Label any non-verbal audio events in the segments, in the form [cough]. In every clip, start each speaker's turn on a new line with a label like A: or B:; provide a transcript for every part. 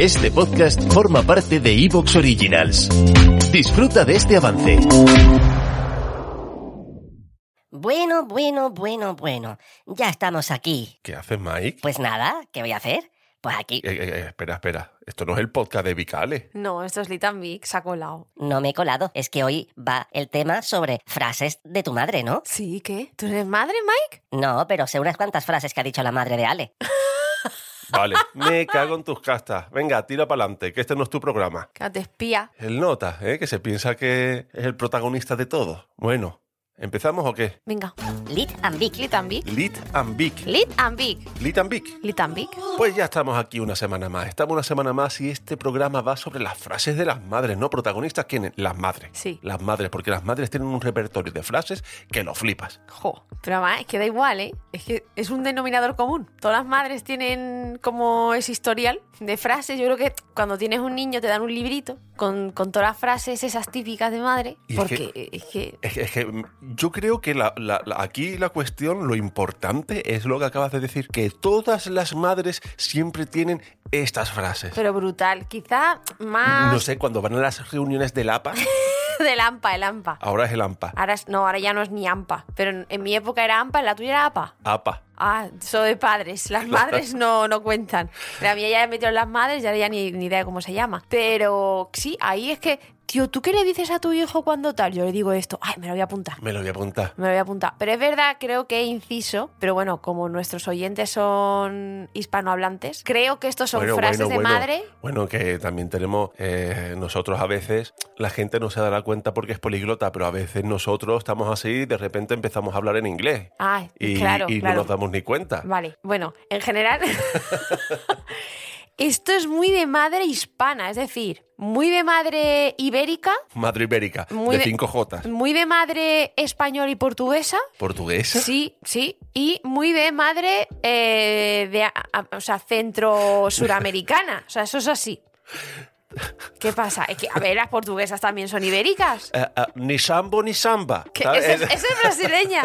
A: Este podcast forma parte de Evox Originals. Disfruta de este avance.
B: Bueno, bueno, bueno, bueno. Ya estamos aquí.
C: ¿Qué hace Mike?
B: Pues nada, ¿qué voy a hacer? Pues aquí.
C: Eh, eh, eh, espera, espera. Esto no es el podcast de Vicales.
D: No, esto es Litan Big, se ha colado.
B: No me he colado. Es que hoy va el tema sobre frases de tu madre, ¿no?
D: Sí, ¿qué? ¿Tú eres madre, Mike?
B: No, pero sé unas cuantas frases que ha dicho la madre de Ale.
C: Vale, me cago en tus castas. Venga, tira para adelante, que este no es tu programa.
D: Que te espía.
C: El nota, ¿eh? que se piensa que es el protagonista de todo. Bueno, ¿empezamos o qué?
D: Venga.
B: Lit and Vic.
D: Litan Big.
C: Lit and Vic.
D: Lit and Big.
C: Lit and Vic.
D: Litan Big.
C: Pues ya estamos aquí una semana más. Estamos una semana más y este programa va sobre las frases de las madres, ¿no? Protagonistas, ¿quiénes? Las madres.
D: Sí.
C: Las madres, porque las madres tienen un repertorio de frases que lo flipas.
D: Jo. Pero además, es que da igual, ¿eh? Es que es un denominador común. Todas las madres tienen como ese historial de frases. Yo creo que cuando tienes un niño te dan un librito con, con todas las frases esas típicas de madre.
C: Y es
D: Porque es que...
C: Es que, es que, mm, yo creo que la- la- la- aquí la cuestión, lo importante es lo que acabas de decir, que todas las madres siempre tienen estas frases.
D: Pero brutal. Quizá más
C: no sé, cuando van a las reuniones del APA,
D: del AMPA, el AMPA.
C: ahora es el AMPA.
D: Ahora es- no, ahora ya no es ni AMPA. Pero en, en mi época era AMPA, en la tuya era APA.
C: APA.
D: Ah, eso de padres. Las madres no, no cuentan. La mía ya metieron las madres y ahora ya ni, ni idea de cómo se llama. Pero sí, ahí es que, tío, ¿tú qué le dices a tu hijo cuando tal? Yo le digo esto. Ay, me lo voy a apuntar.
C: Me lo voy a apuntar.
D: Me lo voy a apuntar. Pero es verdad, creo que inciso. Pero bueno, como nuestros oyentes son hispanohablantes, creo que estos son frases de madre.
C: Bueno, que también tenemos eh, nosotros a veces, la gente no se dará cuenta porque es poliglota, pero a veces nosotros estamos así y de repente empezamos a hablar en inglés.
D: Ah,
C: Y,
D: claro,
C: y
D: claro.
C: no nos damos ni cuenta.
D: Vale, bueno, en general, [laughs] esto es muy de madre hispana, es decir, muy de madre ibérica,
C: Madre ibérica,
D: Muy
C: de
D: de-
C: 5 J.
D: muy de madre española y portuguesa,
C: ¿Portuguesa?
D: sí, sí, y muy de madre eh, de, a- a- o sea, centro-suramericana, o sea, eso es así. ¿Qué pasa? Es que, a ver, las portuguesas también son ibéricas.
C: Eh, eh, ni sambo ni samba.
D: Que
C: ¿sabes?
D: esa, Ah, es, esa es brasileña.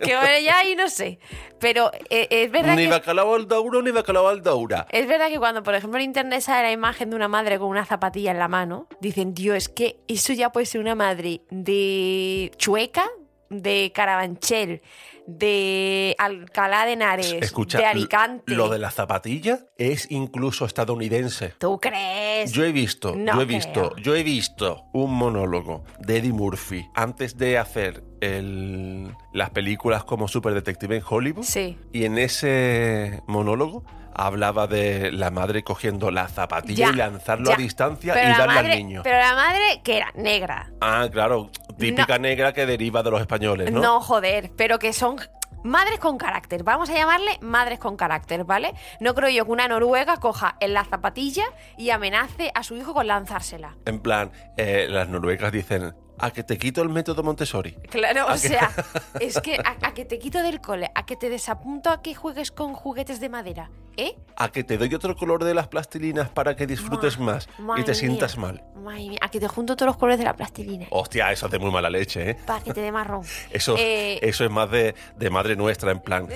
D: Que [laughs] bueno, ya ahí no sé. Pero eh, es verdad
C: ni
D: que.
C: bacalao al dauro ni bacalao al daura.
D: Es verdad que cuando, por ejemplo, en internet sale la imagen de una madre con una zapatilla en la mano, dicen, tío, es que eso ya puede ser una madre de Chueca, de Carabanchel, de Alcalá de Henares,
C: Escucha,
D: de Alicante.
C: lo de la zapatilla es incluso estadounidense.
D: ¿Tú crees?
C: Yo he visto,
D: No
C: yo he
D: creo.
C: visto, yo he visto un monólogo de Eddie Murphy antes de hacer el- las películas como Super Detective en Hollywood.
D: Sí.
C: Y en ese monólogo hablaba de la madre cogiendo la zapatilla
D: Ya,
C: y lanzarlo
D: ya.
C: a distancia
D: Pero
C: y
D: la
C: darle
D: madre-
C: al niño.
D: Pero la madre, que era negra.
C: Ah, claro, típica negra que deriva de los españoles, ¿no?
D: ¿no? joder, pero que son madres con carácter. Vamos a llamarle madres con carácter, ¿vale? No creo yo que una noruega coja en la zapatilla y amenace a su hijo con lanzársela.
C: En plan, eh, las noruegas dicen, a que te quito el método Montessori.
D: Claro,
C: ¿A
D: o
C: que- [laughs]
D: sea, es que a, a que te quito del cole, a que te desapunto a que juegues con juguetes de madera, ¿eh?
C: A que te doy otro color de las plastilinas para que disfrutes
D: Ma-
C: más y
D: madre
C: te
D: mía.
C: sientas mal. Oh.
D: Madre mía, a que te junto todos los colores de la plastilina,
C: Hostia, eso hace muy mala leche, ¿eh?
D: para que te dé
C: [laughs]
D: marrón.
C: Eso,
D: Eh,
C: eso es más de, de madre nuestra, en plan.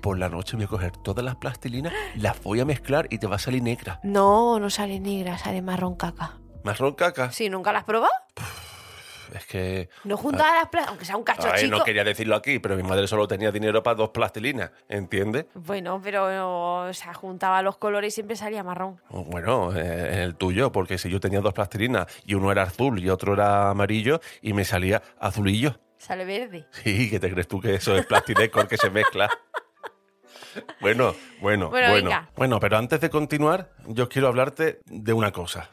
C: Por la noche voy a coger todas las plastilinas, las voy a mezclar y te va a salir negra.
D: No, no sale negra, sale marrón caca.
C: Marrón caca.
D: Sí, ¿nunca las has probado?
C: Es que.
D: No juntas las plas- aunque sea un cacho
C: Ah. Ay,
D: chico.
C: no quería decirlo aquí, pero mi madre solo tenía dinero para dos plastilinas, ¿entiendes?
D: Bueno, pero o sea, juntaba los colores y siempre salía marrón.
C: Bueno, eh, el tuyo, porque si yo tenía dos plastilinas y uno era azul y otro era amarillo y me salía azulillo. [laughs]
D: Sale verde.
C: Sí, ¿qué te crees tú que eso es plastidecor que se mezcla? Bueno, bueno,
D: Bueno,
C: bueno.
D: venga.
C: Bueno, pero antes de continuar, yo quiero hablarte de una cosa.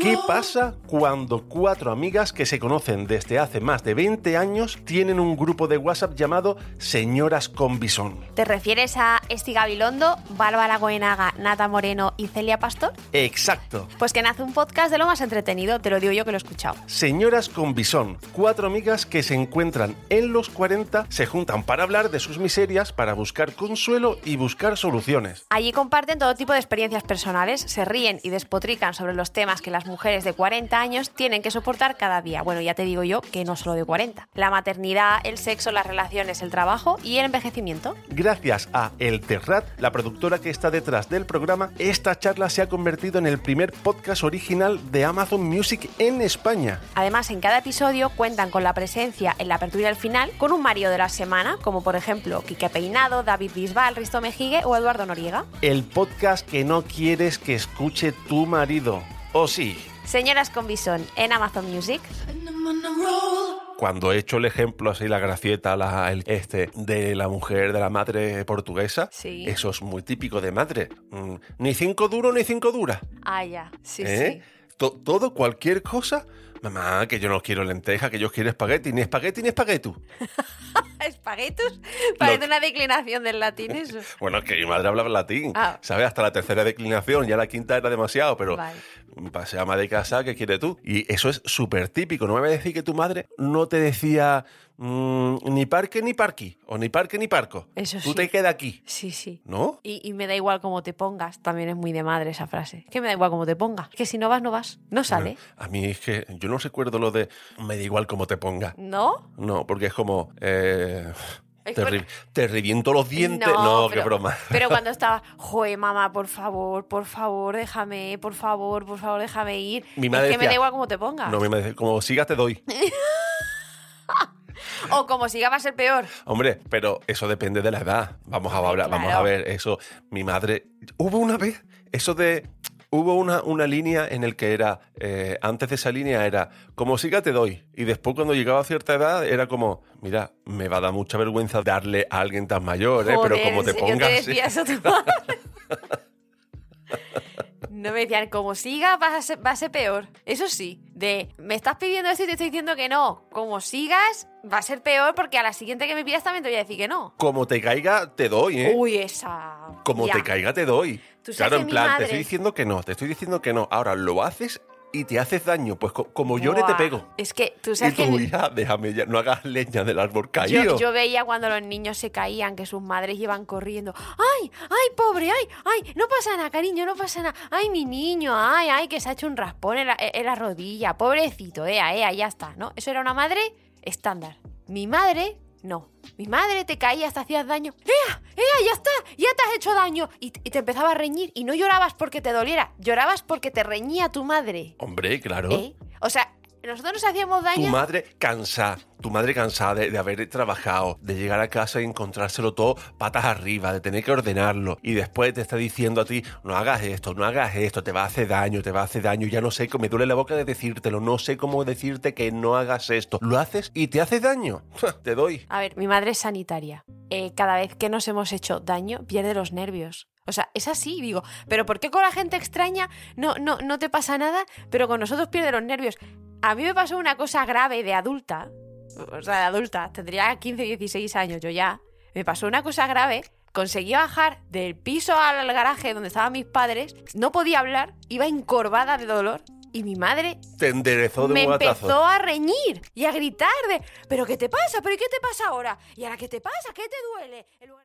C: ¿Qué pasa cuando cuatro amigas que se conocen desde hace más de 20 años tienen un grupo de WhatsApp llamado Señoras con Bisón?
D: ¿Te refieres a Esti Gabilondo, Bárbara Goenaga, Nata Moreno y Celia Pastor?
C: Exacto.
D: Pues que nace un podcast de lo más entretenido, te lo digo yo que lo he escuchado.
C: Señoras con Bisón, cuatro amigas que se encuentran en los 40, se juntan para hablar de sus miserias, para buscar consuelo y buscar soluciones.
D: Allí comparten todo tipo de experiencias personales, se ríen y despotrican sobre los temas que las mujeres de 40 años tienen que soportar cada día. Bueno, ya te digo yo que no solo de 40. La maternidad, el sexo, las relaciones, el trabajo y el envejecimiento.
C: Gracias a El Terrat, la productora que está detrás del programa, esta charla se ha convertido en el primer podcast original de Amazon Music en España.
D: Además, en cada episodio cuentan con la presencia en la apertura y al final con un Mario de la semana, como por ejemplo Quique Peinado, David Bisbal, Risto Mejigue o Eduardo Noriega.
C: El podcast que no quieres que escuche tu marido. ¿O sí?
D: Señoras con Bison en Amazon Music.
C: Cuando he hecho el ejemplo así, la gracieta, la- el- este, de la mujer, de la madre portuguesa,
D: Sí.
C: eso es muy típico de madre. Mm, Ni cinco duro, ni cinco dura.
D: Ah, ya. Sí,
C: ¿eh?
D: sí.
C: To- Todo, cualquier cosa. Mamá, que yo no quiero lenteja, que yo quiero espagueti, ni espagueti ni espagueti. [laughs]
D: ¿Espaguetus? Parece
C: Lo-
D: una declinación del
C: [laughs]
D: latín eso.
C: Bueno, es que mi madre hablaba latín,
D: Ah.
C: ¿sabes? Hasta la tercera declinación, ya la quinta era demasiado, pero
D: Vale.
C: pase ama de casa, ¿qué quieres tú? Y eso es súper típico. No me vas a decir que tu madre no te decía mm, ni parque ni parqui, o ni parque ni parco.
D: Eso
C: tú
D: sí.
C: te quedas aquí,
D: Sí, sí.
C: ¿no?
D: Y, y me da igual cómo te pongas. También es muy de madre esa frase. Que me da igual cómo te pongas. Que si no vas, no vas. No sale.
C: A mí es que yo no recuerdo lo de me da igual cómo te ponga.
D: ¿No?
C: No, porque es como... eh,
D: Es
C: te,
D: porque-
C: ri- te reviento los dientes. No, qué broma. [laughs]
D: Pero cuando estaba, joe, mamá, por favor, por favor, déjame, por favor, por favor, déjame ir.
C: Mi madre
D: es que me
C: decía,
D: da igual cómo te pongas.
C: No, mi madre, como sigas te doy.
D: O como siga va a ser peor.
C: Hombre, pero eso depende de la edad. Vamos a hablar, vamos
D: claro.
C: a ver eso. Mi madre, hubo una vez, eso de, hubo una, una línea en el que era, eh, antes de esa línea era, como siga te doy. Y después cuando llegaba a cierta edad era como, mira, me va a dar mucha vergüenza darle a alguien tan mayor, ¿eh? pero
D: Joder,
C: como
D: ¿en
C: te
D: serio
C: pongas...
D: Te
C: sí.
D: decía eso tu madre? No me decían, como siga, vas a ser, va a ser peor. Eso sí, de me estás pidiendo esto y te estoy diciendo que no. Como sigas, va a ser peor porque a la siguiente que me pidas también te voy a decir que no.
C: [laughs] Como te caiga, te doy, ¿eh?
D: Uy, esa.
C: Como
D: Ya.
C: te caiga, te doy.
D: Tú
C: Claro,
D: sabes que
C: en
D: mi
C: plan,
D: madre-
C: te estoy diciendo que no, te estoy diciendo que no. Ahora lo haces y te haces daño. Pues co- como llore, te
D: Buah.
C: pego.
D: Es que tú
C: Y
D: sabes que.
C: tú, ya, déjame ya, no hagas leña del árbol caído.
D: Yo, yo veía cuando los niños se caían que sus madres iban corriendo. ¡Ay! ¡Ay, pobre! ¡Ay! ¡Ay! No pasa nada, cariño, no pasa nada. ¡Ay, mi niño! ¡Ay, ay! Que se ha hecho un raspón en la, en la rodilla. Pobrecito, ea, ea, ya está, ¿no? Eso era una madre estándar. Mi madre, no. Mi madre te caía hasta hacías daño. ¡Ea! ¡Ea! ¡Ya está! ¡Ya te has hecho daño! Y, y te empezaba a reñir. Y no llorabas porque te doliera, llorabas porque te reñía tu madre.
C: Hombre, claro.
D: ¿Eh? O sea, nosotros nos hacíamos
C: Tu
D: daño.
C: madre cansada, tu madre cansada de, de haber trabajado, de llegar a casa y encontrárselo todo patas arriba, de tener que ordenarlo. Y después te está diciendo a ti, no hagas esto, no hagas esto, te va a hacer daño, te va a hacer daño. Ya no sé, me duele la boca de decírtelo, no sé cómo decirte que no hagas esto. Lo haces y te hace daño. [laughs] te doy.
D: A ver, mi madre es sanitaria. Eh, cada vez que nos hemos hecho daño, pierde los nervios. O sea, es así, digo, pero ¿por qué con la gente extraña no, no, no te pasa nada, pero con nosotros pierde los nervios? A mí me pasó una cosa grave de adulta, o sea, de adulta, tendría 15, 16 años yo ya, me pasó una cosa grave, conseguí bajar del piso al garaje donde estaban mis padres, no podía hablar, iba encorvada de dolor y mi madre
C: Te enderezó de
D: me
C: un guatazo.
D: empezó a reñir y a gritar de, pero ¿qué te pasa? ¿Pero y qué te pasa ahora? ¿Y ahora qué te pasa? ¿Qué te duele? En lugar-